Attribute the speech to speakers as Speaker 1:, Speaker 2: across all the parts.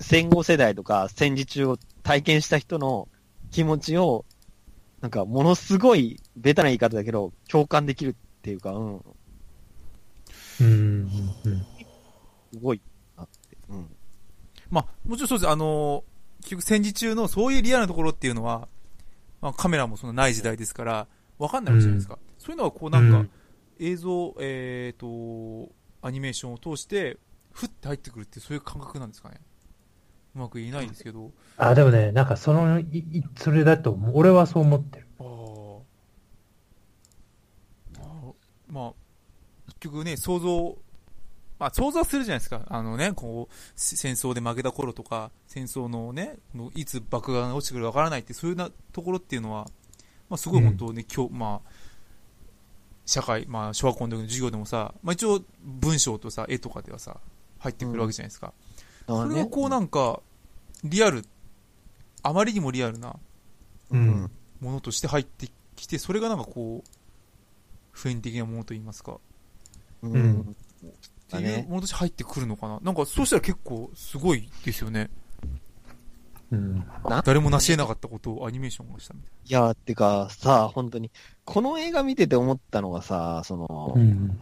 Speaker 1: 戦後世代とか戦時中を体験した人の気持ちを、なんかものすごいベタな言い方だけど、共感できるっていうか、うん、
Speaker 2: うんうんうん
Speaker 1: すごいなって。うん。
Speaker 3: まあ、もちろんそうです。あのー、結局戦時中のそういうリアルなところっていうのは、まあ、カメラもそんなない時代ですから、わかんないわけじゃないですか。そういうのはこうなんか、
Speaker 2: うん
Speaker 3: 映像、えー、と、アニメーションを通して、ふって入ってくるってそういう感覚なんですかね。うまく言えないんですけど。
Speaker 2: あ、でもね、なんかその、いいそれだと思う、俺はそう思ってる。
Speaker 3: ああ。まあ、結局ね、想像、まあ想像はするじゃないですか。あのね、こう、せ戦争で負けた頃とか、戦争のね、のいつ爆弾が落ちてくるかわからないって、そういうなところっていうのは、まあすごい本当ね、今日、まあ、社会、まあ小学校の時の授業でもさ、まあ一応文章とさ、絵とかではさ、入ってくるわけじゃないですか。
Speaker 1: あ
Speaker 3: それがこうな
Speaker 1: のね
Speaker 3: んか、リアル、あまりにもリアルな
Speaker 2: う
Speaker 1: うんん。。
Speaker 3: ものとして入ってきて、それがなんかこう、普遍的なものといいますか、っ
Speaker 1: うん。
Speaker 2: うん
Speaker 3: て
Speaker 1: だ
Speaker 3: い
Speaker 1: ね
Speaker 3: うものとして入ってくるのかな。なんか、そうしたら結構すごいですよね。
Speaker 2: うん。
Speaker 3: 誰も成し得なかったことをアニメーションがしたみたい
Speaker 1: いやー、てか、さ、本当に、この映画見てて思ったのはさ、その、
Speaker 2: うん。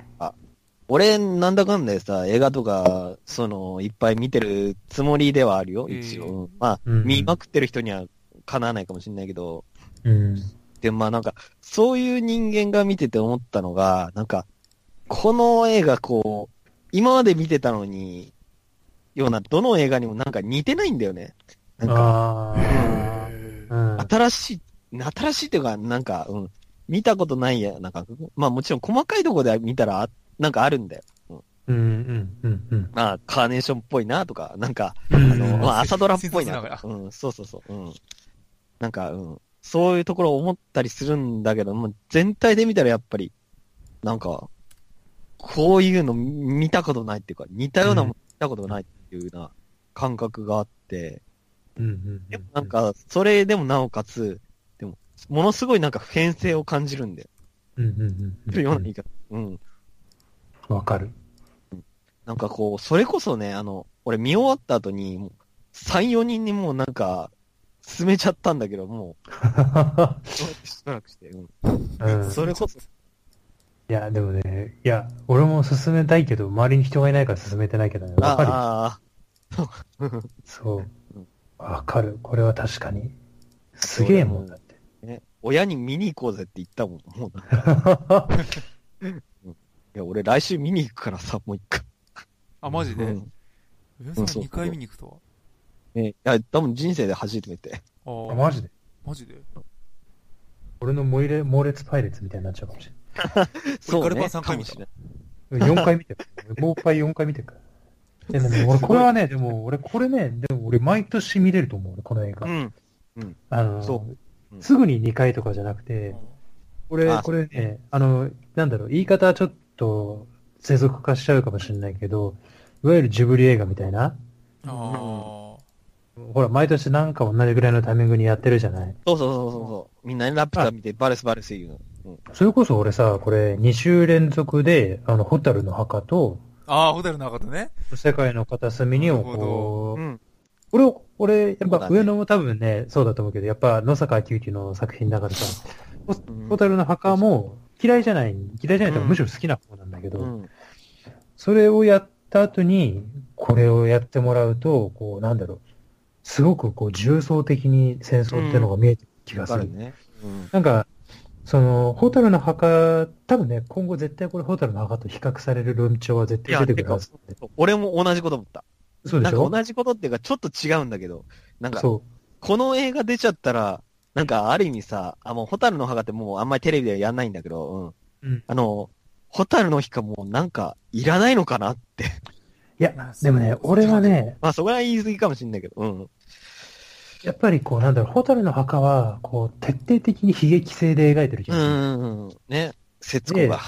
Speaker 1: 俺、なんだかんだでさ、映画とか、その、いっぱい見てるつもりではあるよ、一応。
Speaker 3: うん
Speaker 1: うんまあ、
Speaker 2: うん
Speaker 1: 見まくってる人にはかなわないかもしれないけど、
Speaker 2: うん。
Speaker 1: でもまあなんか、そういう人間が見てて思ったのが、なんか、この映画こう、今まで見てたのに、ような、どの映画にもなんか似てないんだよね。なんか、
Speaker 2: ああ。うん。
Speaker 1: 新しい、新しいっていうか、なんか、うん、見たことないや、なんか、まあもちろん細かいとこで見たら、あなんかあるんだよ。
Speaker 2: うん。うん。うん。うん。
Speaker 1: まあ、カーネーションっぽいなとか、なんか、
Speaker 2: あ
Speaker 1: あの、まあ、朝ドラっぽいな
Speaker 3: 戦争つながり
Speaker 1: とか。うん、そうそうそう。うん。なんか、うん。そういうところを思ったりするんだけど、もう全体で見たらやっぱり、なんか、こういうの見たことないっていうか、似たようなもの見たことないっていうような感覚があって、
Speaker 2: うん。
Speaker 1: でもなん、か、それでもなおかつ、でも、ものすごいなんか普遍性を感じるんだよ。
Speaker 2: うん。うん。
Speaker 1: いうような言い方。うん。
Speaker 2: わかる。
Speaker 1: なんかこう、それこそね、あの、俺見終わった後に、もう3、4人にもうなんか、進めちゃったんだけど、もう、しばらくして、うん
Speaker 2: うん。
Speaker 1: それこそ、
Speaker 2: いや、でもね、いや、俺も進めたいけど、周りに人がいないから進めてないけどね、わかるよ。
Speaker 1: ああ、あ
Speaker 2: そう
Speaker 1: うん。
Speaker 2: わかる。これは確かに。すげえもんだって。
Speaker 1: あ、ね、親に見に行こうぜって言ったもん、もうなんか、いや、俺来週見に行くからさ、もう一回。
Speaker 3: な。あ、マジ
Speaker 1: う
Speaker 3: で
Speaker 1: ん
Speaker 3: 上田
Speaker 1: うん
Speaker 3: さ
Speaker 1: そ
Speaker 3: ん
Speaker 1: う
Speaker 3: 2回見に行くと
Speaker 1: ね、いや、多分人生で初め て。
Speaker 3: は。
Speaker 2: あ
Speaker 3: ああ、
Speaker 2: マジで
Speaker 3: マジで。
Speaker 2: 俺の猛烈猛烈パイレーツみたいになっちゃうかもし
Speaker 3: ガルパン3
Speaker 1: か
Speaker 3: 回
Speaker 1: も
Speaker 3: 見た
Speaker 1: しれない。
Speaker 2: れない。4回見てる。俺もう一回4回見てるから。ででも俺、これはね、でも、俺、これね、でも俺、毎年見れると思う、俺この映画。
Speaker 1: うん。
Speaker 2: あの、
Speaker 1: そうん
Speaker 2: すぐに2回とかじゃなくて、俺、
Speaker 1: あ
Speaker 2: これね、あの、なんだろう、言い方はちょっと、世俗化しちゃうかもしれないけど、いわゆるジブリ映画みたいな、
Speaker 3: ああ。
Speaker 2: ほら、毎年なんか同じぐらいのタイミングにやってるじゃない。
Speaker 1: そうそうそうそうそう。みんなにラプター見て、バレスバレス言うの。
Speaker 2: それこそ俺さ、これ、2週連続で、あの、ホタルの墓と、
Speaker 3: ああ、ホテルの中でね。
Speaker 2: 世界の片隅にを
Speaker 3: なるほ
Speaker 2: こ
Speaker 1: う
Speaker 2: う、
Speaker 1: ん。
Speaker 2: 俺を、俺、や
Speaker 1: そ
Speaker 2: っ
Speaker 1: うだ
Speaker 2: ぱ
Speaker 1: ね
Speaker 2: 上野も多分ね、そうだと思うけど、やっぱ野坂昭之の作品の中でさ、
Speaker 1: うん
Speaker 2: ホタルの墓も嫌いじゃない、嫌いじゃないと
Speaker 1: うん
Speaker 2: むしろ好きな方なんだけど、
Speaker 1: うん。
Speaker 2: それをやった後に、これをやってもらうと、こう、なんだろう、すごくこう、重層的に戦争ってのが見えてる気が
Speaker 1: わ
Speaker 2: す
Speaker 1: か
Speaker 2: る。
Speaker 1: るね。うん。
Speaker 2: なんか、その、ホタルの墓、多分ね、今後絶対これホタルの墓と比較される論調は絶対出てくるはず。
Speaker 1: 俺も同じこと思った。
Speaker 2: そうで
Speaker 1: なん
Speaker 2: し
Speaker 1: か
Speaker 2: ょ
Speaker 1: 同じことっていうか、ちょっと違うんだけど、なんか、
Speaker 2: そ
Speaker 1: この映画出ちゃったら、なんかある意味さ、あ、もう、ホタルの墓ってもうあんまりテレビではやんないんだけど、
Speaker 2: う。
Speaker 1: うん。あの、ホタルの日かもうなんか、いらないのかなって。
Speaker 2: いや、でもね、俺はね、
Speaker 1: まあ、そこら言い過ぎかもしんないけど、うん。
Speaker 2: やっぱりこう、なんだろう、ホタルの墓は、こう、徹底的に悲劇性で描いてるじ
Speaker 1: う
Speaker 2: ゃ
Speaker 1: ん
Speaker 2: ん。
Speaker 1: うんうん。ね。節子が、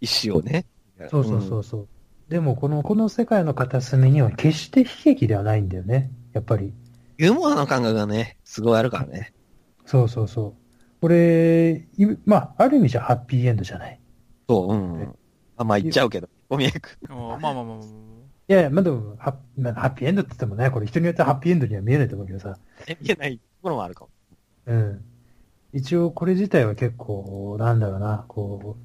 Speaker 1: 意思をね。
Speaker 2: そうそうそうそう。でも、この、この世界の片隅には決して悲劇ではないんだよね。やっぱり。
Speaker 1: ユーモアの感覚がね、すごいあるからね。
Speaker 2: そうそうそう。これ、いまあ、ある意味じゃハッピーエンドじゃない。
Speaker 1: そう、うん。あまあ、言っちゃうけど、おみやく。
Speaker 3: ああまあまあまあまあまあ。
Speaker 2: いやいや、まあでも、ハッまあハッピーエンドって言ってもね、これ人によってはハッピーエンドには見えないと思うけどさ。
Speaker 1: え、見えないところもあるかも。
Speaker 2: うん。一応これ自体は結構、なんだろうな、こ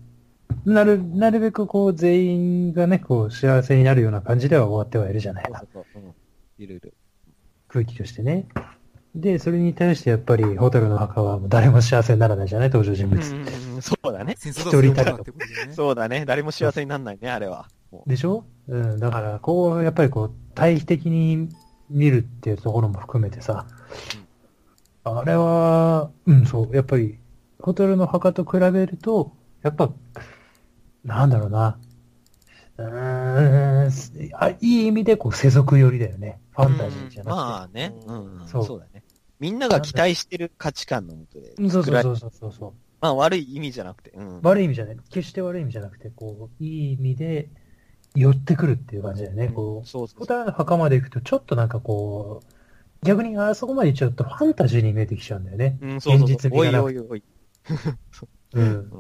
Speaker 2: う、なる、なるべくこう全員がね、こう幸せになるような感じでは終わってはいるじゃない
Speaker 1: そうそうそう。うん。いろいろ。
Speaker 2: 空気としてね。で、それに対してやっぱり、ホタルの墓はもう誰も幸せにならないじゃない、登場人物。
Speaker 1: うん、そうだね。
Speaker 3: 戦争だとそういうことだっ
Speaker 2: 一人
Speaker 3: てことだよね。
Speaker 1: そうだね。誰も幸せになんないね、あれは。もう
Speaker 2: でしょうん、だから、こう、やっぱりこう、対比的に見るっていうところも含めてさ、あれは、うん、そう、やっぱり、ホテルの墓と比べると、やっぱ、なんだろうな、うーん、あいい意味でこう、世俗寄りだよね。ファンタジーじゃなくて。
Speaker 1: まあね。うん、
Speaker 2: そう
Speaker 1: そうだね。みんなが期待してる価値観のもとで。
Speaker 2: うんそうそう
Speaker 1: 暗い
Speaker 2: そうそうそうそう。
Speaker 1: まあ悪い意味じゃなくて。うん。
Speaker 2: 悪い意味じゃない。決して悪い意味じゃなくて、こう、いい意味で寄ってくるっていう感じだよね。こう、
Speaker 1: そうそ
Speaker 2: 小
Speaker 1: うそう。
Speaker 2: 田の墓まで行くと、ちょっとなんかこう、逆にあそこまで行っちゃうとファンタジーに見えてきちゃうんだよね。
Speaker 1: うん、そうそうそう。
Speaker 2: 現実
Speaker 1: おい
Speaker 2: 味がなく
Speaker 1: おいおい。
Speaker 2: うん。
Speaker 1: うん。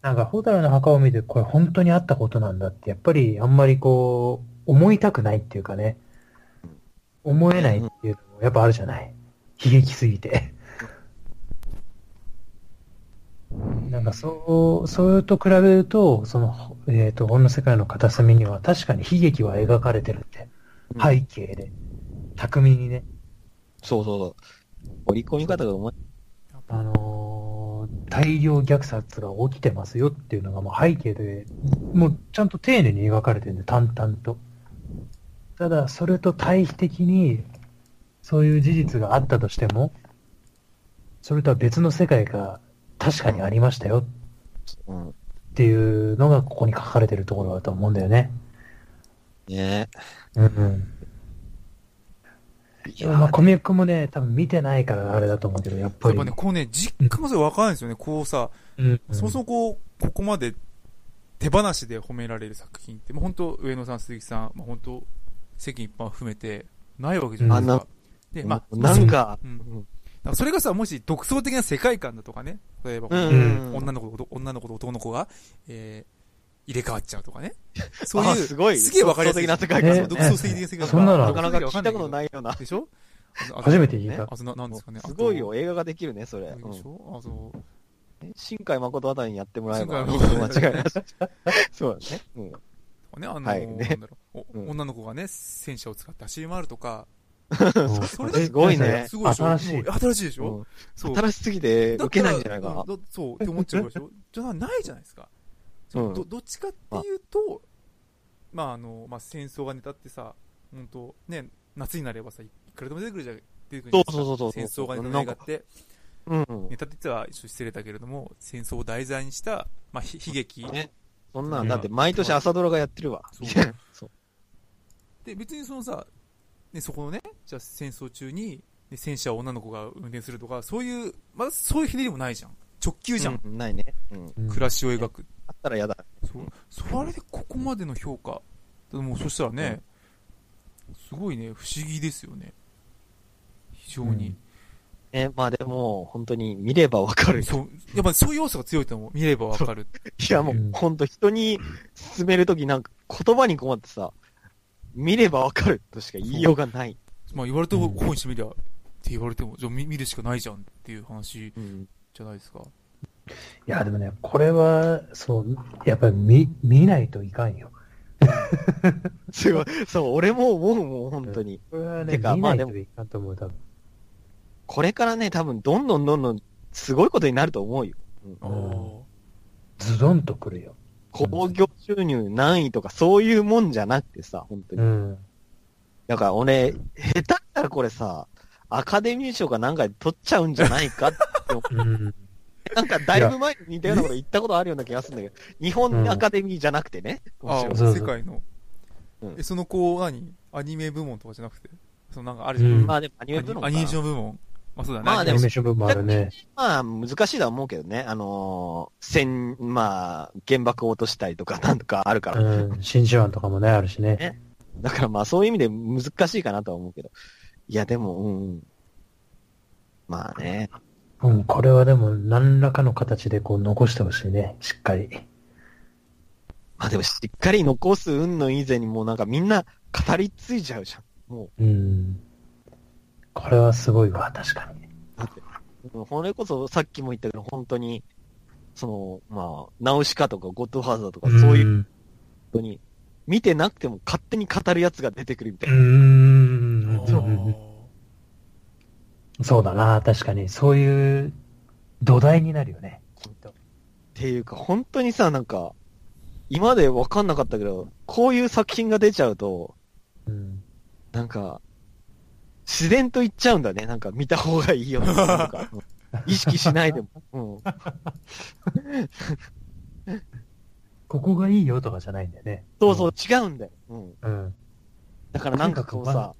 Speaker 2: なんか、ホタルの墓を見て、これ本当にあったことなんだって、やっぱりあんまりこう、思いたくないっていうかね、思えないっていうのもやっぱあるじゃない。悲劇すぎて。なんか、そう、それと比べると、その、えっ、と、この世界の片隅には確かに悲劇は描かれてるって、
Speaker 1: うん
Speaker 2: 背景で、巧みにね、
Speaker 1: そうそうそう。折り込み方がうまい。
Speaker 2: あのー大量虐殺が起きてますよっていうのがもう背景で、もうちゃんと丁寧に描かれてるんで、淡々と。ただ、それと対比的に、そういう事実があったとしても、それとは別の世界が確かにありましたよ
Speaker 1: うん。
Speaker 2: っていうのがここに書かれてるところだと思うんだよね。
Speaker 1: ね
Speaker 2: うんうん。
Speaker 1: え。い
Speaker 2: でもまあコミックもね、多分見てないからあれだと思うけど、やっ
Speaker 3: や
Speaker 2: ぱ
Speaker 3: っ
Speaker 2: り。
Speaker 3: ぱね、こうね、実感もそれわかんないですよね。こうさ、
Speaker 2: うんうん
Speaker 3: そもそもこう、ここまで手放しで褒められる作品って、もう本当、上野さん、鈴木さん、まあ、本当、世間一般を含めて、ないわけじゃないです
Speaker 1: あ
Speaker 3: か
Speaker 1: な。
Speaker 3: で、まあ、
Speaker 1: なんか、
Speaker 3: う
Speaker 1: うんん。
Speaker 3: なんかそれがさ、もし独創的な世界観だとかね、例えば、
Speaker 1: うん。
Speaker 3: 女の子と女の子と男の子が、えー、入れ替わっちゃうとか ね。そう
Speaker 1: あ
Speaker 3: いう、
Speaker 1: すごい。
Speaker 3: すげえわかりやすい。
Speaker 1: 独創的な世界
Speaker 2: ね
Speaker 1: 観
Speaker 3: そう独創的な世界観。
Speaker 2: そんなの
Speaker 1: なかなか聞いたことないような。
Speaker 3: でしょああ
Speaker 2: 初めて聞い
Speaker 1: ね
Speaker 2: た。
Speaker 3: あ、そんな、なんですかね。あと
Speaker 1: すごいよ、映画ができるね、それ。
Speaker 3: で
Speaker 1: うん
Speaker 3: しょあ、そう。
Speaker 1: 新海誠あたりにやってもらえば、
Speaker 3: 新海誠
Speaker 1: 間違いない。そうだね。うん。
Speaker 3: ね、あの、
Speaker 1: はいね
Speaker 3: なんだろう、お
Speaker 1: うん
Speaker 3: 女の子がね、戦車を 使って走り回るとか、
Speaker 2: うん
Speaker 3: それだけ
Speaker 1: すごいね
Speaker 3: すごいでし
Speaker 2: 新
Speaker 3: ょ
Speaker 2: しい
Speaker 3: もう新しいでしょ、
Speaker 1: う。
Speaker 3: そうん
Speaker 1: 新しすぎて、
Speaker 3: だ
Speaker 1: 受
Speaker 3: っ
Speaker 1: けない
Speaker 3: たら
Speaker 1: んじゃないかな。
Speaker 3: うんだそう、って思っちゃうでし ょじゃあないじゃないですか。そう
Speaker 1: うん
Speaker 3: どどっちかっていうと、まああの、まあ戦争がネタってさ、本当ね、夏になればさ、いくらでも出てくるじゃん。出てくるじゃないですか
Speaker 1: そうそうそうそう
Speaker 3: 戦争がネタの映画って、
Speaker 1: うん
Speaker 3: ネ。タって言っては一緒失礼だけれども、戦争を題材にした、まあひ悲劇。
Speaker 1: ねそんな、
Speaker 2: うんん
Speaker 1: だって毎年朝ドラがやってるわ。
Speaker 3: そう
Speaker 1: そう。
Speaker 3: で、別にそのさ、ね、そこのね、じゃあ戦争中に、ね、戦車を女の子が運転するとか、そういう、まだそういうひねりもないじゃん。直球じゃん。
Speaker 1: うんないね。うん。
Speaker 2: うん
Speaker 3: 暮らしを描く。
Speaker 1: あったら嫌だ。
Speaker 3: そう。それでここまでの評価。でもうそしたらね、すごいね、不思議ですよね。非常に。
Speaker 1: え、まあでも、本当に見ればわかるよ。
Speaker 3: そう、やっぱそういう要素が強いと思う。見ればわかる。
Speaker 1: いやも
Speaker 2: うん
Speaker 1: う、ほんと人に勧めるときなんか言葉に困ってさ、見ればわかるとしか言いようがない。
Speaker 3: まあ言われた方にしてみりゃ、って言われても、じゃあ見見るしかないじゃんっていう話
Speaker 1: うん。
Speaker 3: じゃないですか。
Speaker 2: いや、でもね、これは、そう、やっぱり見、見ないといかんよ。
Speaker 1: すごい。そう、俺も思うもん、本当に。
Speaker 2: これはね、
Speaker 1: てか
Speaker 2: 見
Speaker 1: ま
Speaker 2: な
Speaker 1: あ
Speaker 2: い
Speaker 1: でも
Speaker 2: といかんと思う、多分。
Speaker 1: これからね、多分、どんどんどんどん、すごいことになると思うよ。
Speaker 3: あ
Speaker 2: う
Speaker 3: あ
Speaker 2: んズドンとくるよ。
Speaker 1: 興行収入何位とか、そういうもんじゃなくてさ、本当
Speaker 2: う
Speaker 1: に。
Speaker 2: ん。
Speaker 1: だから俺、下手ったらこれさ、アカデミー賞かなんかで取っちゃうんじゃないか って思う
Speaker 2: うん。
Speaker 1: なんかだいぶ前に似たようなこと言ったことあるような気がするんだけど、日本のアカデミーじゃなくてね。
Speaker 3: あ
Speaker 1: もちろん
Speaker 2: そうそう
Speaker 3: 世界の。
Speaker 1: うん
Speaker 3: え、そのこう、何アニメ部門とかじゃなくてそのなんかあるじゃ。
Speaker 2: うんん
Speaker 1: まあでもアニメ部門
Speaker 3: アニメーシ
Speaker 1: ョン。
Speaker 3: ョン部門。まあそうだね。
Speaker 1: まあ
Speaker 2: ア
Speaker 1: で
Speaker 2: ニ
Speaker 1: も
Speaker 2: メーション部もあるね。
Speaker 1: まあ難しいとは思うけどね。あのー、戦、まあ、原爆を落としたりとかなんとかあるから。
Speaker 2: うん。真珠湾とかもね、あるしね。
Speaker 1: だからまあそういう意味で難しいかなとは思うけど。いやでも、うん。まあね。
Speaker 2: うん、これはでも、何らかの形でこう、残してほしいね。しっかり。
Speaker 1: まあでもしっかり残す云々以前にもうなんかみんな語り継いじゃうじゃん。も
Speaker 2: うん。これはすごいわ、確かに。
Speaker 1: う、だって、これこそさっきも言ったけど、本当に、その、まあ、ナウシカとかゴッドファーザーとかそういう
Speaker 2: う。
Speaker 1: 人に、見てなくても勝手に語るやつが出てくるみた
Speaker 2: う
Speaker 1: いな。
Speaker 2: ん。
Speaker 3: あ
Speaker 2: うん
Speaker 3: ー
Speaker 2: そうだな、確かに。そういう土台になるよね、きっと。
Speaker 1: っていうか、本当にさ、なんか、今までわかんなかったけど、こういう作品が出ちゃうと、
Speaker 2: うん。
Speaker 1: なんか、自然と言っちゃうんだね。なんか見た方がいいよね。なん かうん意識しないでも。うん。
Speaker 2: ここがいいよとかじゃないんだよね。
Speaker 1: そうそう、違うんだよ。うん。
Speaker 2: うん。
Speaker 1: だからなんかこうさ、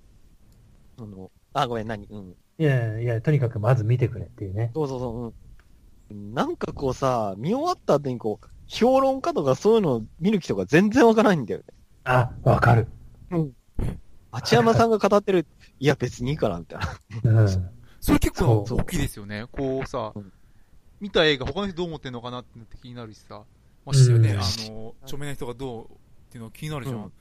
Speaker 1: あの、あ、ごめん、何うん。
Speaker 2: いやいや、とにかくまず見てくれっていうね。
Speaker 1: そうそうそう、うん。なんかこうさ、見終わった後にこう、評論家とかそういうのを見る気とか全然わからないんだよね。
Speaker 2: あ、わかる。
Speaker 1: 町山さんが語ってる、いや別にいいから、みたいな。
Speaker 2: うん。
Speaker 3: それ結構
Speaker 2: そう
Speaker 3: 大きいですよね。こうさ
Speaker 1: うん、
Speaker 3: 見た映画他の人どう思ってんのかなって気になるしさ、ましてね、
Speaker 2: うん
Speaker 3: あの、著名な人がどうっていうの気になるじゃん。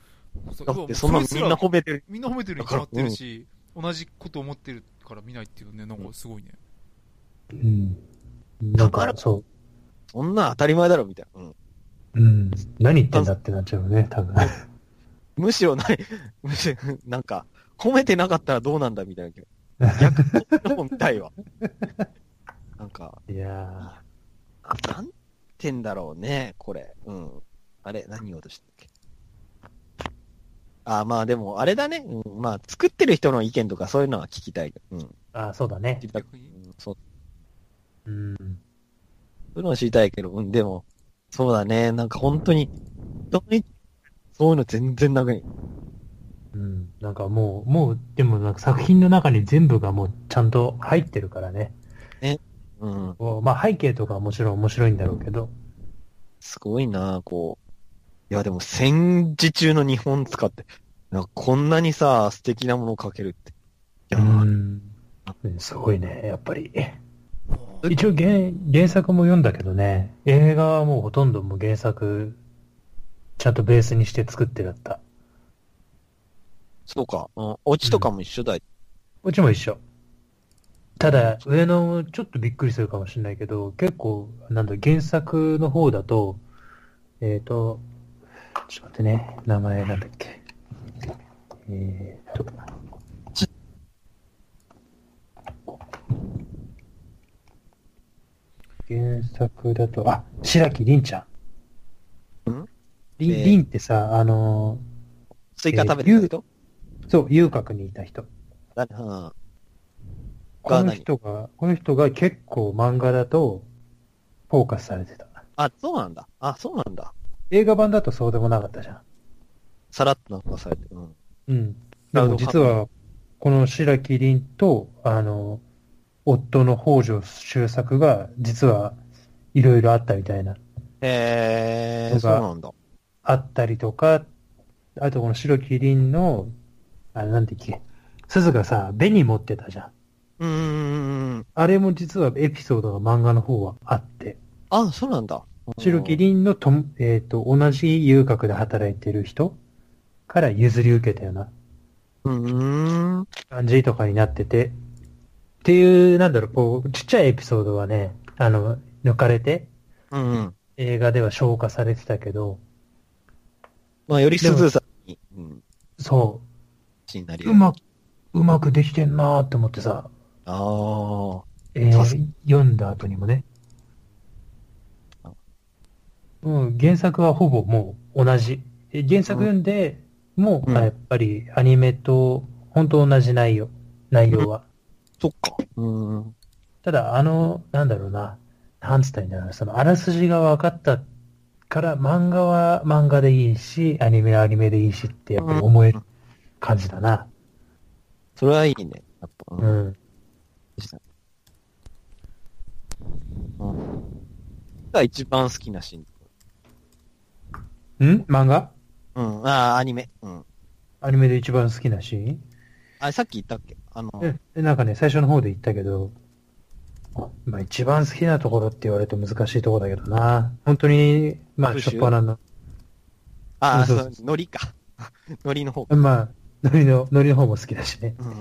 Speaker 3: そ
Speaker 1: だってそんなのみんな褒めてる。
Speaker 3: みんな褒めてるに決まってるし、同じこと思ってるから見ないっていうね、なんかすごいね。
Speaker 2: うん。なん
Speaker 1: だか
Speaker 2: か、
Speaker 1: ら
Speaker 2: そ
Speaker 1: そんな当たり前だろ、みたいな。うん。
Speaker 2: う。うん。何言ってんだってなっちゃうよね、多分。
Speaker 1: むしろない、むしろ、なんか、褒めてなかったらどうなんだ、みたいな気が。逆の方みたいわ。なんか、
Speaker 2: いや
Speaker 1: なんてんだろうね、これ。うん。あれ、何言おうとしたっけ。あ、まあでも、あれだね。うん。まあ、作ってる人の意見とかそういうのは聞きたいけど。うん。
Speaker 2: ー、あ、そうだね
Speaker 1: 聞。きたい。
Speaker 3: 逆
Speaker 1: う
Speaker 3: に。
Speaker 1: んそう。そ
Speaker 2: うん。
Speaker 1: ういうのは知りたいけど、うん。でも、そうだね。なんか本当に、本当にそういうの全然なくに。
Speaker 2: うん。なんかもう、もう、でもなんか作品の中に全部がもうちゃんと入ってるからね。
Speaker 1: うん。
Speaker 2: こうまあ背景とかはもちろん面白いんだろうけど。
Speaker 1: すごいな、こう。いや、でも戦時中の日本使って、なんかこんなにさ、素敵なものを描けるって。いやー、
Speaker 2: うん。すごいね、やっぱり。一応原原作も読んだけどね、映画はもうほとんどもう原作、ちゃんとベースにして作ってだった。
Speaker 1: そうか。うん。オチとかも一緒だよ。
Speaker 2: うちも一緒。ただ、上の、ちょっとびっくりするかもしれないけど、結構、なんだ、原作の方だと、えっ、と、ちょっと待ってね、名前なんだっけ。えっ、と、原作だと、あ、白木凛ちゃん。
Speaker 1: ん
Speaker 2: りん
Speaker 1: えー
Speaker 2: 凛ってさ、あの
Speaker 1: スイカ食べてる人、
Speaker 2: ーそう、遊郭にいた人。
Speaker 1: だねうん。
Speaker 2: こ
Speaker 1: が
Speaker 2: の
Speaker 1: 何
Speaker 2: 人が、この人が結構漫画だとフォーカスされてた。
Speaker 1: あ、そうなんだ。あ、そうなんだ。
Speaker 2: 映画版だとそうでもなかったじゃん。
Speaker 1: さらっとなんかされて。うん。
Speaker 2: うん。で
Speaker 1: なるほ
Speaker 2: も
Speaker 1: ど
Speaker 2: 実は、この白木凛と、あの、夫の北条周作が、実はいろいろあったみたいな。
Speaker 1: へ
Speaker 2: な
Speaker 1: ー、
Speaker 2: んか
Speaker 1: そうなんだ。
Speaker 2: あったりとか、あとこの白木凛の、あれなんてっけ、鈴がさ、紅持ってたじゃん。
Speaker 1: うーん。
Speaker 2: あれも実はエピソードが漫画の方はあって。
Speaker 1: あ、そうなんだ。
Speaker 2: 白木凛のとも、えっ、と、同じ遊郭で働いてる人から譲り受けたような
Speaker 1: うん。うーん。
Speaker 2: 感じとかになってて、っていう、なんだろう、こう、ちっちゃいエピソードはね、あの、抜かれて、
Speaker 1: うん。
Speaker 2: 映画では消化されてたけど、
Speaker 1: まあ、より鈴さんに、うん。
Speaker 2: そ
Speaker 1: 気になり
Speaker 2: う、うまく、うまくできてんなーって思ってさ、
Speaker 1: あー。
Speaker 2: えー
Speaker 1: さす
Speaker 2: 読んだ後にもね
Speaker 1: あ。
Speaker 2: うん、原作はほぼもう同じ。え原作読んで、もう、
Speaker 1: うん
Speaker 2: あやっぱりアニメと本当同じ内容、内容は。
Speaker 1: そっか。うーん。
Speaker 2: ただ、あの、なんだろうな、なんつったらいいんだろうな、その、あらすじが分かったから、漫画は漫画でいいし、アニメはアニメでいいしって、やっぱり思える感じだな。
Speaker 1: それはいいね。やっぱ。
Speaker 2: う。ん。
Speaker 1: が一番好きなシーン。
Speaker 2: ん漫画
Speaker 1: うん。あー、アニメ。うん。
Speaker 2: アニメで一番好きなシーン
Speaker 1: あれ、さっき言ったっけあの、
Speaker 2: うんでなんかね、最初の方で言ったけど、まあ一番好きなところって言われると難しいところだけどな。本当に、まあ、
Speaker 1: 復
Speaker 2: しょ
Speaker 1: 讐
Speaker 2: っぱなの、
Speaker 1: ああ、
Speaker 2: そ
Speaker 1: そう
Speaker 2: そう
Speaker 1: う、ノリか。 ノリの方か。
Speaker 2: まあ、ノリの、ノリの方も好きだしね。
Speaker 1: うん。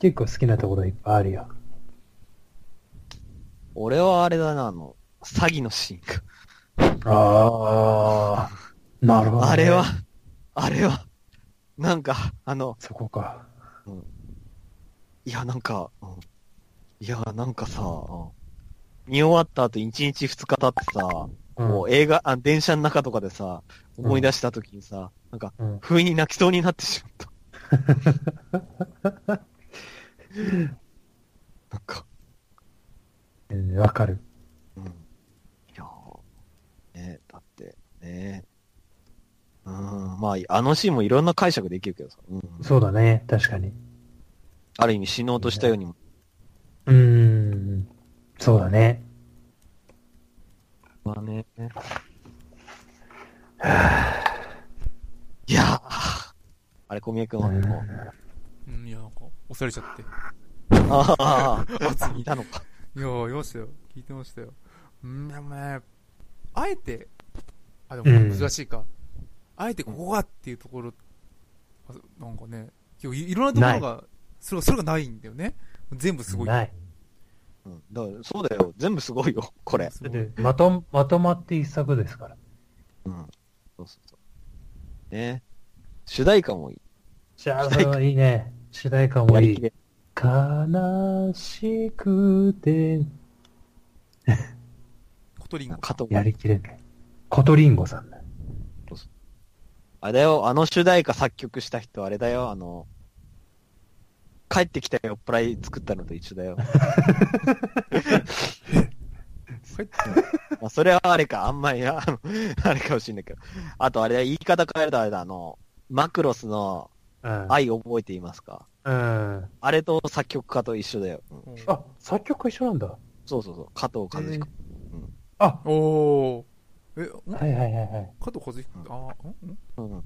Speaker 2: 結構好きなところいっぱいあるよ。
Speaker 1: 俺はあれだな、あの、詐欺のシーンか。
Speaker 2: ああ、なるほど、
Speaker 1: あれは、あれは、なんか、あの、
Speaker 2: そこか。
Speaker 1: いや、なんか、うんいや、なんかさ、うん見終わった後1日2日経ってさ、
Speaker 2: うん
Speaker 1: もう映画、あ、電車の中とかでさ、思い出した時にさ、なんか、
Speaker 2: うん
Speaker 1: 不意に泣きそうになってしまった。 なんか、
Speaker 2: うんわかる。
Speaker 1: うん。いやーねだって、ねうん、まあ、あのシーンもいろんな解釈できるけどさ、うん。
Speaker 2: そうだね、確かに。
Speaker 1: ある意味死のうとしたようにも、
Speaker 2: うーん、そうだね。
Speaker 1: まあね。 いやーあれ、小宮君はもう、
Speaker 3: うん、いや、なんか、押されちゃって。
Speaker 1: ああ、いたの か。
Speaker 3: いやー、いましたよ。聞いてましたよ。うん、でもね、あえて、あ、でも
Speaker 2: うん
Speaker 3: 難しいか。あえてここがっていうところ、あなんかね、いやいいろんなところが、それが、それがないんだよね。全部すごい。
Speaker 2: ない。
Speaker 1: うん、だからそうだよ。全部すごいよ、これ。
Speaker 3: す
Speaker 2: だ
Speaker 3: ご
Speaker 2: っ
Speaker 3: い
Speaker 2: てまと、まとまって一作ですから。
Speaker 1: うん。そうそうそう。ね主題歌もいい。
Speaker 2: じゃあ、それはいいね。主題歌もい
Speaker 1: き
Speaker 2: い。
Speaker 1: れ。
Speaker 2: 悲しくて、
Speaker 3: コトリンゴ。
Speaker 1: 加藤
Speaker 2: やりきれない。コトリンゴさんだ。
Speaker 1: あれだよ、あの主題歌作曲した人、あれだよ、あの、帰ってきた酔っ払い作ったのと一緒だよ。
Speaker 3: はい
Speaker 1: まあ、それはあれか、あんまり、あの、あれかもしんないけど。あとあれだ、言い方変えるとあれだ、あの、マクロスの
Speaker 2: うん。
Speaker 1: 愛覚えていますか
Speaker 2: うん。
Speaker 1: あれと作曲家と一緒だよ。うん
Speaker 3: うん
Speaker 2: あ、作曲家一緒なんだ。
Speaker 1: そうそうそう、加藤和
Speaker 2: え
Speaker 1: 彦
Speaker 2: ー。あ、
Speaker 3: おー。え、ん
Speaker 2: はいはいはいはい。
Speaker 3: 加藤和彦、あー、んん
Speaker 1: うん。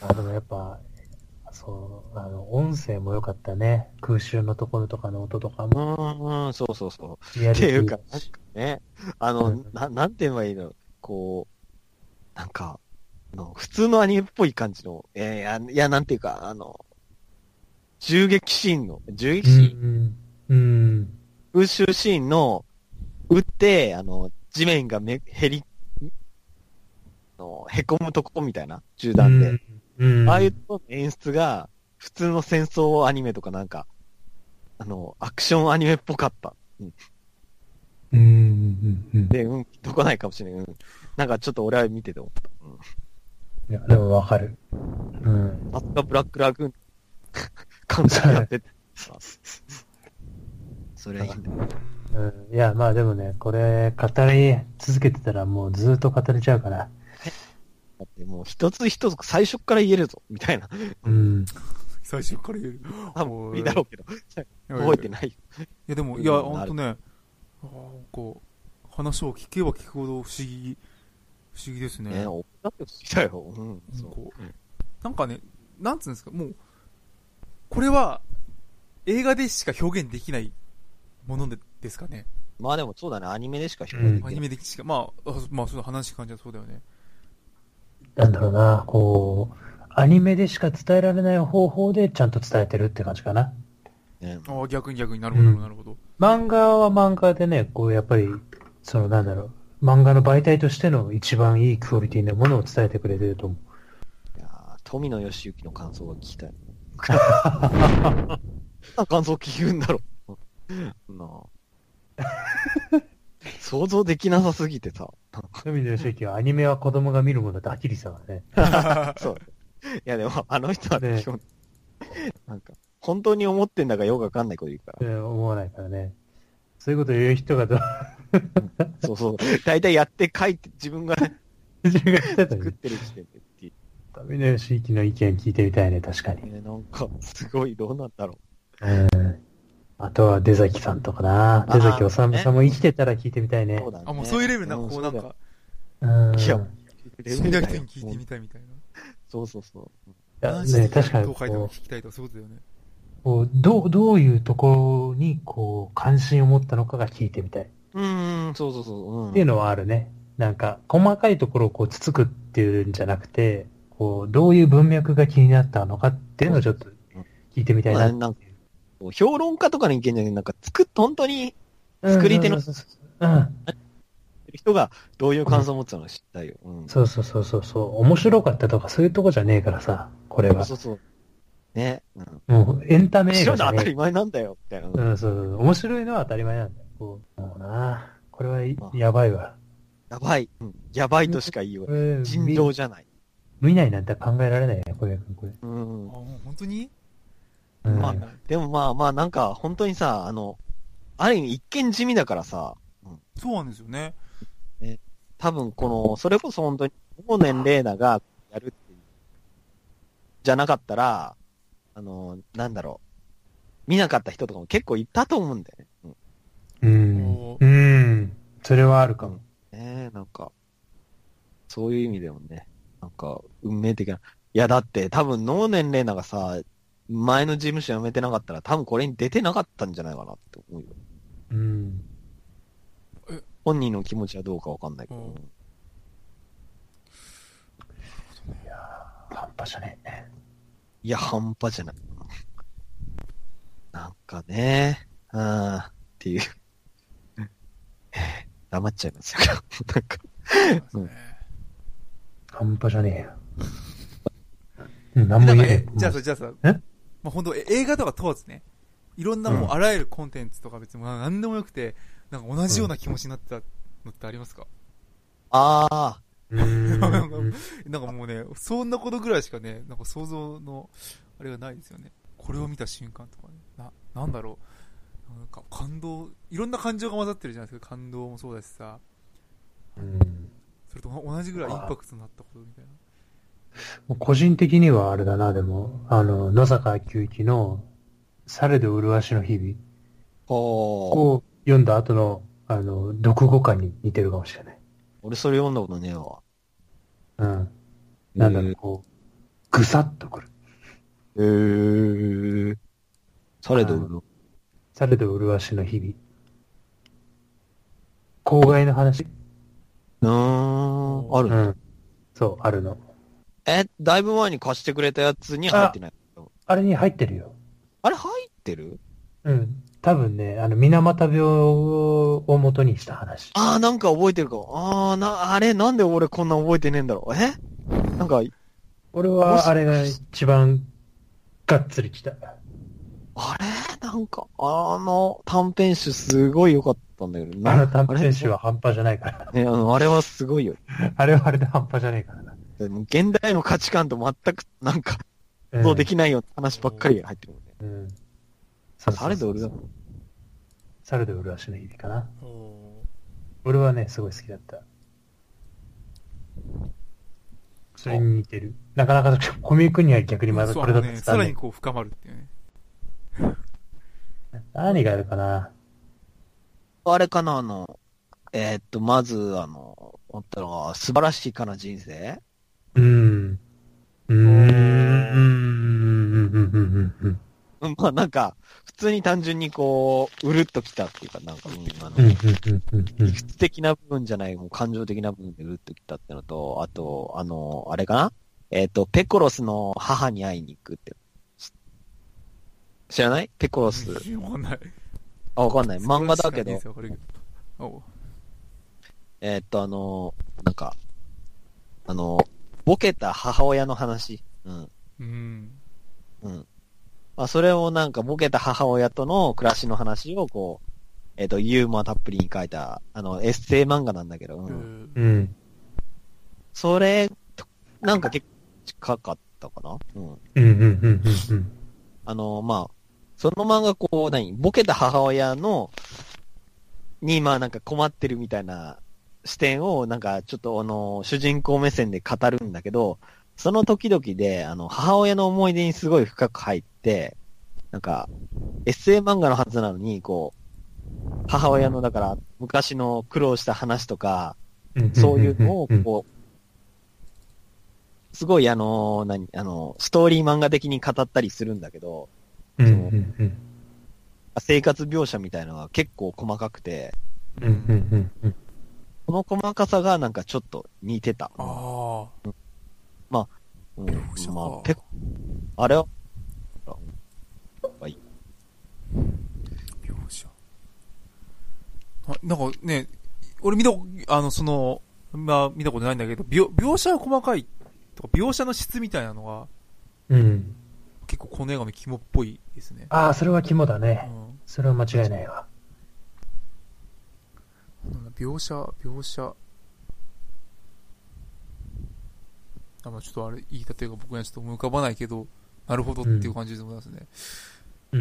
Speaker 2: あでもやっぱ、そう、あの、音声も良かったね。空襲のところとかの音とか
Speaker 1: う
Speaker 2: も。
Speaker 1: ん、うん、そうそうそう。
Speaker 2: リア
Speaker 1: っていうか
Speaker 2: リ、
Speaker 1: なんかね、あ
Speaker 2: う
Speaker 1: の
Speaker 2: ん、
Speaker 1: ななんて言えばいいのこう、なんか、あの普通のアニメっぽい感じの、えーいや、いや、なんていうか、あの、銃撃シーンの、銃撃
Speaker 2: テ
Speaker 1: シーン、
Speaker 2: ィうん。うん。
Speaker 1: 空襲シーンの、撃って、あの、地面がめ、へり、あの、へこむとこみたいな、銃弾で。
Speaker 2: うん。うん。
Speaker 1: ああいうとこの演出が、普通の戦争アニメとかなんか、あの、アクションアニメっぽかった。うん
Speaker 2: うん。うん。うん。
Speaker 1: で、うん、どこないかもしれない。うん。なんかちょっと俺は見てて思った。
Speaker 2: いや、でもわかる。うん。
Speaker 1: さすがブラックラグーン、 感じでやっててさ。 それはいいんだよ。
Speaker 2: うん、いや、まあでもね、これ、語り続けてたらもうずっと語れちゃうから。
Speaker 1: だってもう一つ一つ最初から言えるぞ、みたいな。
Speaker 2: うん。
Speaker 3: 最初から言える。
Speaker 1: 多分無理だろうけど、
Speaker 3: う
Speaker 1: 覚えてない。
Speaker 3: いやでも、
Speaker 1: うん
Speaker 3: いや、
Speaker 1: なる
Speaker 3: ほんとね、あーなんか、話を聞けば聞くほど不思議、不思議ですね。
Speaker 1: ね、おだってきたよ。うん。
Speaker 3: なん
Speaker 1: そ
Speaker 3: かなんかね、なんつうんですか、もう、これは、映画でしか表現できないものでですかね。
Speaker 1: う。まあでもそうだね、アニメでしか表現で
Speaker 2: うん
Speaker 1: き
Speaker 3: ア
Speaker 1: ない。
Speaker 3: ニメでしか、まあ、あまあ、その話感じはそうだよね。
Speaker 2: なんだろうな、こう、アニメでしか伝えられない方法でちゃんと伝えてるって感じかな。
Speaker 1: ね
Speaker 3: ああ、逆に逆になるほど、
Speaker 2: うん
Speaker 3: なるほど。
Speaker 2: 漫画は漫画でね、こう、やっぱり、そのなんだろう、漫画の媒体としての一番いいクオリティのものを伝えてくれてると思
Speaker 1: いやー富野義行の感想が聞きたい。 どんな感想聞くんだろう。なあ想像できなさすぎて さ。
Speaker 2: う。富野義行はアニメは子供が見るものだってはっきりしたからね。
Speaker 1: そう。いやでも、あの人は
Speaker 2: ね
Speaker 1: 基本、なんか、本当に思ってんだかよくわかんないこと言うか
Speaker 2: えー思わないからね。そういうこと言う人がどう、
Speaker 1: ら。そうそう。大体やって書いて、自分が ね
Speaker 2: 自分が言ってた
Speaker 1: 作っ
Speaker 2: ね。
Speaker 1: てる時点でっていう。
Speaker 2: 富野義行の意見聞いてみたいね、確かに。
Speaker 1: ね、なんか、すごい、どうなんだろ
Speaker 2: あとは出崎さんとかな。出崎治さん
Speaker 1: ね。
Speaker 2: も生きてたら聞いてみたいうね
Speaker 1: そう。だね。
Speaker 3: あ、もうそういうレベルな、
Speaker 1: ん
Speaker 3: こうなん、か、
Speaker 2: うん。
Speaker 1: いや
Speaker 3: 死
Speaker 1: レベ
Speaker 3: ん
Speaker 1: ル
Speaker 3: だ
Speaker 1: だ
Speaker 3: 人
Speaker 1: よ
Speaker 3: に聞いてみたいみたいな。
Speaker 1: そうそうそう。
Speaker 2: いや
Speaker 3: 話
Speaker 2: ね、確かに
Speaker 3: どう書いた
Speaker 2: こ
Speaker 3: の
Speaker 2: う
Speaker 3: 聞きたいとかそういうことだよね。
Speaker 2: こうどう、どういうところにこう関心を持ったのかが聞いてみたい。っ
Speaker 1: うーん、そうそうそう。うん、
Speaker 2: ていうのはあるね。なんか、細かいところをこう、つつくっていうんじゃなくて、こう、どういう文脈が気になったのかっていうのをちょっと聞いてみたいなっていう。
Speaker 1: まあなんこう評論家とかにいけんじゃなくて、なんか作っ、本当に作り手の
Speaker 2: うんそうそうそううん。
Speaker 1: 人がどういう感想を持つのか知りたいよ。うん。
Speaker 2: そうそうそうそうそう。面白かったとかそういうとこじゃねえからさ、これは
Speaker 1: そう。そう。ね。うん。
Speaker 2: もうエンタメ映
Speaker 1: 白
Speaker 2: 画
Speaker 1: い
Speaker 2: じ
Speaker 1: の
Speaker 2: ゃ
Speaker 1: 当た
Speaker 2: ね
Speaker 1: り前なんだよ、みたいな。
Speaker 2: え。うん、そうそうそう。面白いのは当たり前なんだよ。こうもうなこれはい
Speaker 1: まあ
Speaker 2: やばいわ。
Speaker 1: やばい。うん。やばいとしか言いよう
Speaker 2: こ
Speaker 1: が
Speaker 2: れ
Speaker 1: ない。人
Speaker 2: 見
Speaker 1: 狼じゃない。
Speaker 2: 見ないなんて考えられないね、小宮君、これ。
Speaker 1: うん。
Speaker 3: もう本当に
Speaker 2: うん
Speaker 1: まあでもまあまあ、なんか、本当にさ、あの、ある意味一見地味だからさ、
Speaker 3: そうなんですよね。
Speaker 1: 多分この、それこそ本当に、往年レーナがやるっていう、じゃなかったら、あの、なんだろう、見なかった人とかも結構いたと思うんだよね。うん、ね
Speaker 2: うん。うん。それはあるかも。
Speaker 1: えなんか、そういう意味でもね、なんか、運命的な。いや、だって多分往年レーナがさ、前の事務所辞めてなかったら多分これに出てなかったんじゃないかなって思うよ。
Speaker 2: うん。
Speaker 1: 本人の気持ちはどうかわかんないけど。
Speaker 3: うん
Speaker 2: いやー半端じゃねえ。
Speaker 1: いや、半端じゃない。なんかね、うん、っていう。 黙っちゃいますよ。 なんか、うん
Speaker 2: 半端じゃねえよ。うん、なんも
Speaker 3: なん
Speaker 2: 言
Speaker 3: か
Speaker 2: えない
Speaker 3: え。じゃあさ、じゃあさ、
Speaker 2: え
Speaker 3: まあ、本当え映画とか問わずね、いろんなもう、
Speaker 2: うん
Speaker 3: あらゆるコンテンツとか別にまあ何でもよくて、なんか同じような気持ちになったのってありますか、
Speaker 1: ああ、
Speaker 2: うん
Speaker 3: なんかなんかもうね、そんなことぐらいしかね、なんか想像の、あれがないですよね。これを見た瞬間とかね、な、なんだろう。なんか感動、いろんな感情が混ざってるじゃないですか。感動もそうだしさ、
Speaker 2: うん
Speaker 3: それと同じぐらいインパクトになったことみたいな。
Speaker 2: 個人的にはあれだな、でも、あの、野坂久一の、されど麗しの日々
Speaker 1: ほう。
Speaker 2: を読んだ後の、あの、読後感に似てるかもしれない。
Speaker 1: 俺それ読んだことねえわ。
Speaker 2: うん。なんだろ
Speaker 1: へ
Speaker 2: う、こう、ぐさっとくる。
Speaker 1: えー。されども、
Speaker 2: されど麗しの日々。公害の話
Speaker 1: うーん、あ
Speaker 2: う
Speaker 1: る、
Speaker 2: ん。そう、あるの。
Speaker 1: え、だいぶ前に貸してくれたやつに入ってない。
Speaker 2: あれに入ってるよ。
Speaker 1: あれ入ってる
Speaker 2: うん。多分ね、あの、水俣病を元にした話。
Speaker 1: ああ、なんか覚えてるかも。ああ、な、あれ、なんで俺こんな覚えてねえんだろう。えなんか、
Speaker 2: 俺
Speaker 1: もし
Speaker 2: は、あれが一番、がっつり来た。
Speaker 1: あれなんか、あの短編集すごい良かったんだけど。な
Speaker 2: あの短編集は半端じゃないから。
Speaker 1: あれね、あのあれはすごいよ。
Speaker 2: あれはあれで半端じゃねえからな。
Speaker 1: でも現代の価値観と全く、なんか、
Speaker 2: うん
Speaker 1: そうできないような話ばっかりが入ってくるね。
Speaker 2: うん。
Speaker 1: されど俺だもん。
Speaker 2: サルで俺はしの日々かな。
Speaker 3: お
Speaker 2: 俺はね、すごい好きだった。それに似てる。なかなか、コミックには逆にまだこれだと伝
Speaker 3: ね、
Speaker 2: わ
Speaker 3: さ
Speaker 2: んな
Speaker 3: ら
Speaker 2: い
Speaker 3: にこう深まるっていうね。
Speaker 2: 何があるかな。
Speaker 1: あれかな、あの、えーっと、まず、あの、思ったのが、素晴らしいかな人生
Speaker 2: うん。うーん。うん。うん。うん。うん。う
Speaker 1: う
Speaker 2: ん。
Speaker 1: んまあなんか、普通に単純にこう、うるっときたっていうか、なんか、うん、あの、
Speaker 2: うん。うん。うん。うん
Speaker 1: 理屈的な部分じゃない、もう感情的な部分でうるっときたってのと、あと、あの、あれかなえっ、と、ペコロスの母に会いに行くって。知らないペコロス。
Speaker 3: わかんない。
Speaker 1: あ、わかんない。漫画だけ
Speaker 3: いい
Speaker 1: ど
Speaker 3: です、よこれお
Speaker 1: えっ、と、あの、なんか、あの、ボケた母親の話。うん。
Speaker 3: うん。
Speaker 1: うん。まあ、それをなんか、ボケた母親との暮らしの話を、こう、えっ、と、ユーモアたっぷりに書いた、あの、エッセイ漫画なんだけど、うん
Speaker 3: うん
Speaker 2: うん。
Speaker 1: それ、となんか結構近かったかなうん。
Speaker 2: うん。うん。うん。うん。
Speaker 1: あの、まあ、その漫画こう、何ボケた母親の、に、まあなんか困ってるみたいな視点を、なんかちょっとあの、主人公目線で語るんだけど、その時々で、あの、母親の思い出にすごい深く入って、なんか、エッセイ漫画のはずなのに、こう、母親の、だから、昔の苦労した話とか、
Speaker 2: うん。
Speaker 1: そういうのを、
Speaker 2: うん
Speaker 1: こう、すごいあのー、何、あのー、ストーリー漫画的に語ったりするんだけど、
Speaker 2: うん。うん。うん。
Speaker 1: 生活描写みたいなのが結構細かくて、
Speaker 2: うんうんうんうん
Speaker 1: この細かさがなんかちょっと似てた。
Speaker 3: ああ。
Speaker 1: うん
Speaker 3: そうか
Speaker 1: まあ、ペコ、あれは、
Speaker 3: 描写。あなんかね、俺見たこ、あの、その、まあ見たことないんだけど、描描写が細かいとか、描写の質みたいなのが、
Speaker 2: うん。
Speaker 3: 結構この映画も肝っぽいですね。
Speaker 2: ああ、それは肝だ
Speaker 3: う
Speaker 2: ね。
Speaker 3: ん。
Speaker 2: それは間違いないわ。
Speaker 3: なんだ描写、描写。あまあちょっとあれ、言い立てが僕にはちょっと思い浮かばないけど、なるほどっていう感じでございますね。
Speaker 2: うん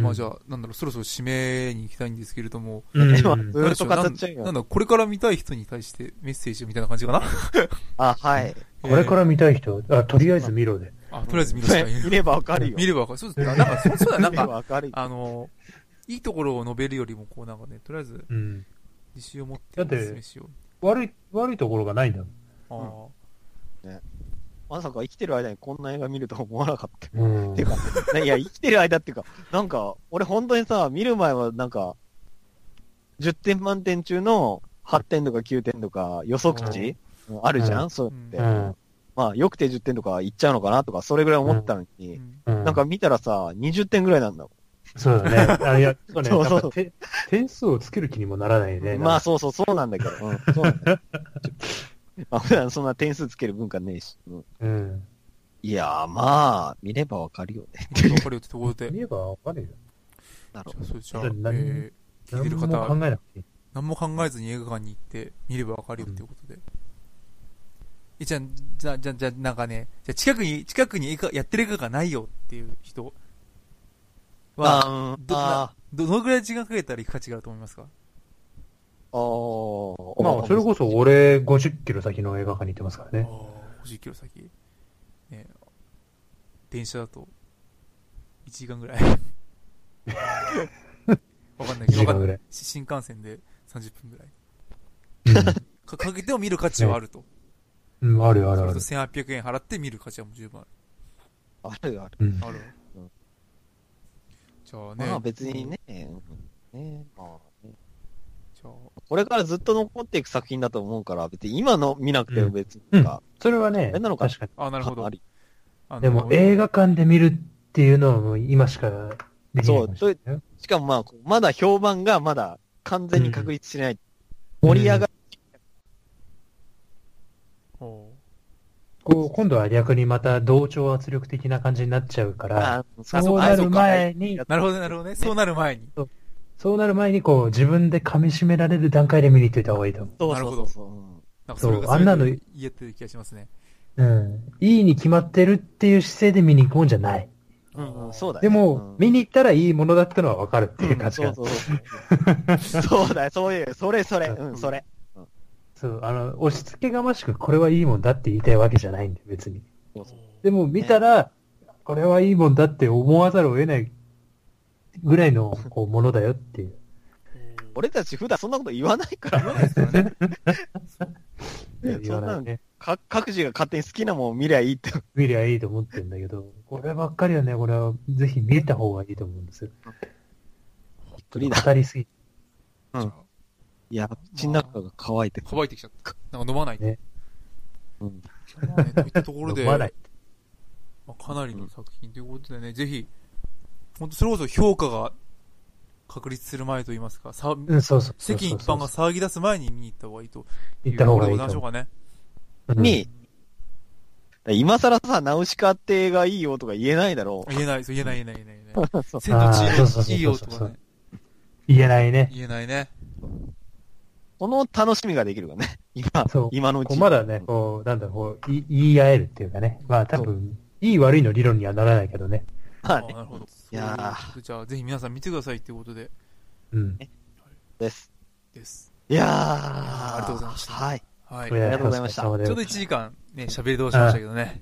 Speaker 3: まあじゃあ、なんだろう、そろそろ締めに行きたいんですけれども、
Speaker 2: うん
Speaker 1: では
Speaker 2: うん
Speaker 1: ずーっと語っちゃう
Speaker 3: な
Speaker 1: よ。
Speaker 3: んだろう、これから見たい人に対してメッセージみたいな感じかな
Speaker 1: あ、はい。
Speaker 2: これから見たい人、あとりあえず見ろで。
Speaker 3: あ、とりあえず見るしか
Speaker 1: 見ればわかるよ。
Speaker 3: 見ればわかる。そうですね。なんか、そうそうだ、
Speaker 1: 見
Speaker 3: な
Speaker 1: れば
Speaker 3: んか、
Speaker 1: わかるよ。
Speaker 3: あの、いいところを述べるよりも、こうなんかね、とりあえず
Speaker 2: うん。
Speaker 3: 自信を持って
Speaker 2: だって
Speaker 3: お勧めしよ
Speaker 2: 悪い、悪いところがないんだもん。
Speaker 3: う。あ
Speaker 1: まさか生きてる間にこんな映画見るとは思わなかった。
Speaker 2: うん
Speaker 1: てか、 ねいや、生きてる間っていうか、なんか、俺本当にさ、見る前はなんか、10点満点中の8点とか9点とか予測値、うんあるじゃん、
Speaker 2: う
Speaker 1: そうやって。
Speaker 2: うん
Speaker 1: まあ、よくて10点とかいっちゃうのかなとか、それぐらい思ったのに、
Speaker 3: あ。
Speaker 2: うん
Speaker 1: なんか見たらさ、20点ぐらいなんだも
Speaker 2: そうだね。あ いや、そうね。
Speaker 1: そうそう
Speaker 2: やっぱて点数をつける気にもならない
Speaker 1: ん。
Speaker 2: ね。
Speaker 1: まあ、
Speaker 2: そ
Speaker 1: そうそう、そうなんだけど。うん、そうなん だけど まあ、普段そんな点数つける文化ねえし。うん
Speaker 2: う。うん。
Speaker 1: いやー、まあ、見ればわかるよね。
Speaker 3: わかるよってところで。じ
Speaker 2: 見えばわかるよ。
Speaker 1: なる
Speaker 3: ゃあ、それじゃあ、え
Speaker 2: だって何
Speaker 3: ー、聞いて
Speaker 2: 何
Speaker 3: る
Speaker 2: も
Speaker 3: 方
Speaker 2: 考、えなくていい。
Speaker 3: 何も考えずに映画館に行って、見ればわかるよっていうことで。え、じゃあ、じゃあ、じゃあ、じゃあ、なんかね、じゃあ近くに、近くに映画、やってる映画がないよっていう人は、
Speaker 1: あ
Speaker 3: ど
Speaker 1: あ
Speaker 3: どのぐらい時間かけたら行く価値があると思いますか
Speaker 1: ー、おー
Speaker 2: まあ、それこそ俺50キロ先の映画館に行ってますから
Speaker 3: ああ
Speaker 2: ね。
Speaker 3: 50キロ先、ね、電車だと1時間ぐらい
Speaker 2: 1時
Speaker 3: わかんないけどわか
Speaker 2: 間ぐ
Speaker 3: んない
Speaker 2: らい。
Speaker 3: し新幹線で30分ぐらい
Speaker 2: うん
Speaker 3: かかけても見る価値はあると、
Speaker 2: うん、あるよ、ある
Speaker 3: そ
Speaker 2: あ
Speaker 3: れ
Speaker 2: る
Speaker 3: と。1800円払って見る価値はもう十分あ
Speaker 1: あるある。
Speaker 2: うん
Speaker 3: るある、
Speaker 1: うん
Speaker 3: じゃあね、
Speaker 1: まあ別にね、うんねまあね
Speaker 3: じゃあ
Speaker 1: これからずっと残っていく作品だと思うから、別に今の見なくても別に
Speaker 2: う
Speaker 1: なん
Speaker 2: ん
Speaker 1: か、。
Speaker 2: それはね、
Speaker 1: えなの
Speaker 2: 確
Speaker 1: か
Speaker 2: かに。
Speaker 3: あなるほど
Speaker 1: あり
Speaker 3: あの
Speaker 2: でも映画館で見るっていうのはもう今しかできないかもしれないよ。
Speaker 1: しかもまあ、こうまだ評判がまだ完全に確立しない。
Speaker 2: うん
Speaker 1: 盛り上が
Speaker 3: おう
Speaker 2: こう、今度は逆にまた同調圧力的な感じになっちゃうから、
Speaker 1: あそ
Speaker 2: そうなる前に、
Speaker 3: なるほどなるほどねそうなる前に
Speaker 2: そうなる前にこう、自分で噛み締められる段階で見に行っといた方がいいと思う。
Speaker 1: そう
Speaker 3: なる
Speaker 1: そ
Speaker 3: ほ
Speaker 1: うそ
Speaker 3: ど
Speaker 1: うそう。
Speaker 3: なんか
Speaker 2: そう
Speaker 3: れが
Speaker 2: あんなの
Speaker 3: それで言えてる気がしますね
Speaker 2: うん。いいに決まってるっていう姿勢で見に行くもんじゃない。
Speaker 1: うん、うんうんそうだよ
Speaker 2: でも、
Speaker 1: うん
Speaker 2: 見に行ったらいいものだってのはわかるっていう
Speaker 1: うん
Speaker 2: 価値
Speaker 1: そう
Speaker 2: 観。
Speaker 1: そうそう。そう だよ、そういう、それそれ、うん、それ。
Speaker 2: そう、あの、押し付けがましくこれはいいもんだって言いたいわけじゃないんで、別に。
Speaker 1: そうそう
Speaker 2: でも見たら、これはいいもんだって思わざるを得ないぐらいのこうものだよっていう。
Speaker 1: 俺たち普段そんなこと言わないから
Speaker 3: 言わないですからね
Speaker 1: そんなの
Speaker 2: ね。
Speaker 1: か各自が勝手に好きなものを見りゃいいって。
Speaker 2: 見りゃいいと思ってるんだけど、こればっかりはね、これはぜひ見た方がいいと思うんですよ。
Speaker 1: 無理だ。
Speaker 2: 語りすぎて。
Speaker 1: うん
Speaker 3: じゃあ
Speaker 1: いや、口の中が乾いてくる。
Speaker 3: 乾いてきちゃった。なんか飲まないと。
Speaker 2: ね
Speaker 1: うん
Speaker 3: まあねといったところで、
Speaker 2: 飲まない
Speaker 3: まあかなりの作品ということでね、ぜひ、本当それこそ評価が確立する前と言いますか、さ
Speaker 2: うん、そうそうそうそ
Speaker 3: 世間
Speaker 2: う
Speaker 3: 一
Speaker 2: そう。
Speaker 3: 般が騒ぎ出す前に見に行った方がいいと。
Speaker 2: 行った方がいい
Speaker 3: とうことでございましょ
Speaker 2: と
Speaker 3: うかね。
Speaker 2: 思う。
Speaker 1: に、今更さ、ナウシカって映画いいよとか言えないだろ
Speaker 3: 言えない、そう言えない、言えない、言えない、言え
Speaker 1: う。
Speaker 3: ない。千と千尋いいよと
Speaker 2: あーそうそうそうそう
Speaker 3: かね。
Speaker 2: 言えないね。
Speaker 3: 言えないね。
Speaker 1: この楽しみができるからね。今
Speaker 2: そう、
Speaker 1: 今のう
Speaker 2: こ
Speaker 1: ち。
Speaker 2: うまだね、こう、なんだろう、こう、い言い合えるっていうかね。まあ多分、いい悪いの理論にはならないけどね。
Speaker 1: ま
Speaker 3: あ
Speaker 1: あ
Speaker 3: ー
Speaker 1: ね
Speaker 3: なるほど。
Speaker 1: いやー
Speaker 3: そういうことでじゃあ、ぜひ皆さん見てくださいということで、
Speaker 2: うん。
Speaker 1: です。
Speaker 3: です。
Speaker 1: いやー。
Speaker 3: ありがとうございました
Speaker 1: はい。
Speaker 3: はい。
Speaker 2: あ
Speaker 1: りがとうございました
Speaker 2: ちょ
Speaker 3: ちょうど1時間ね、喋り通しましたけどね。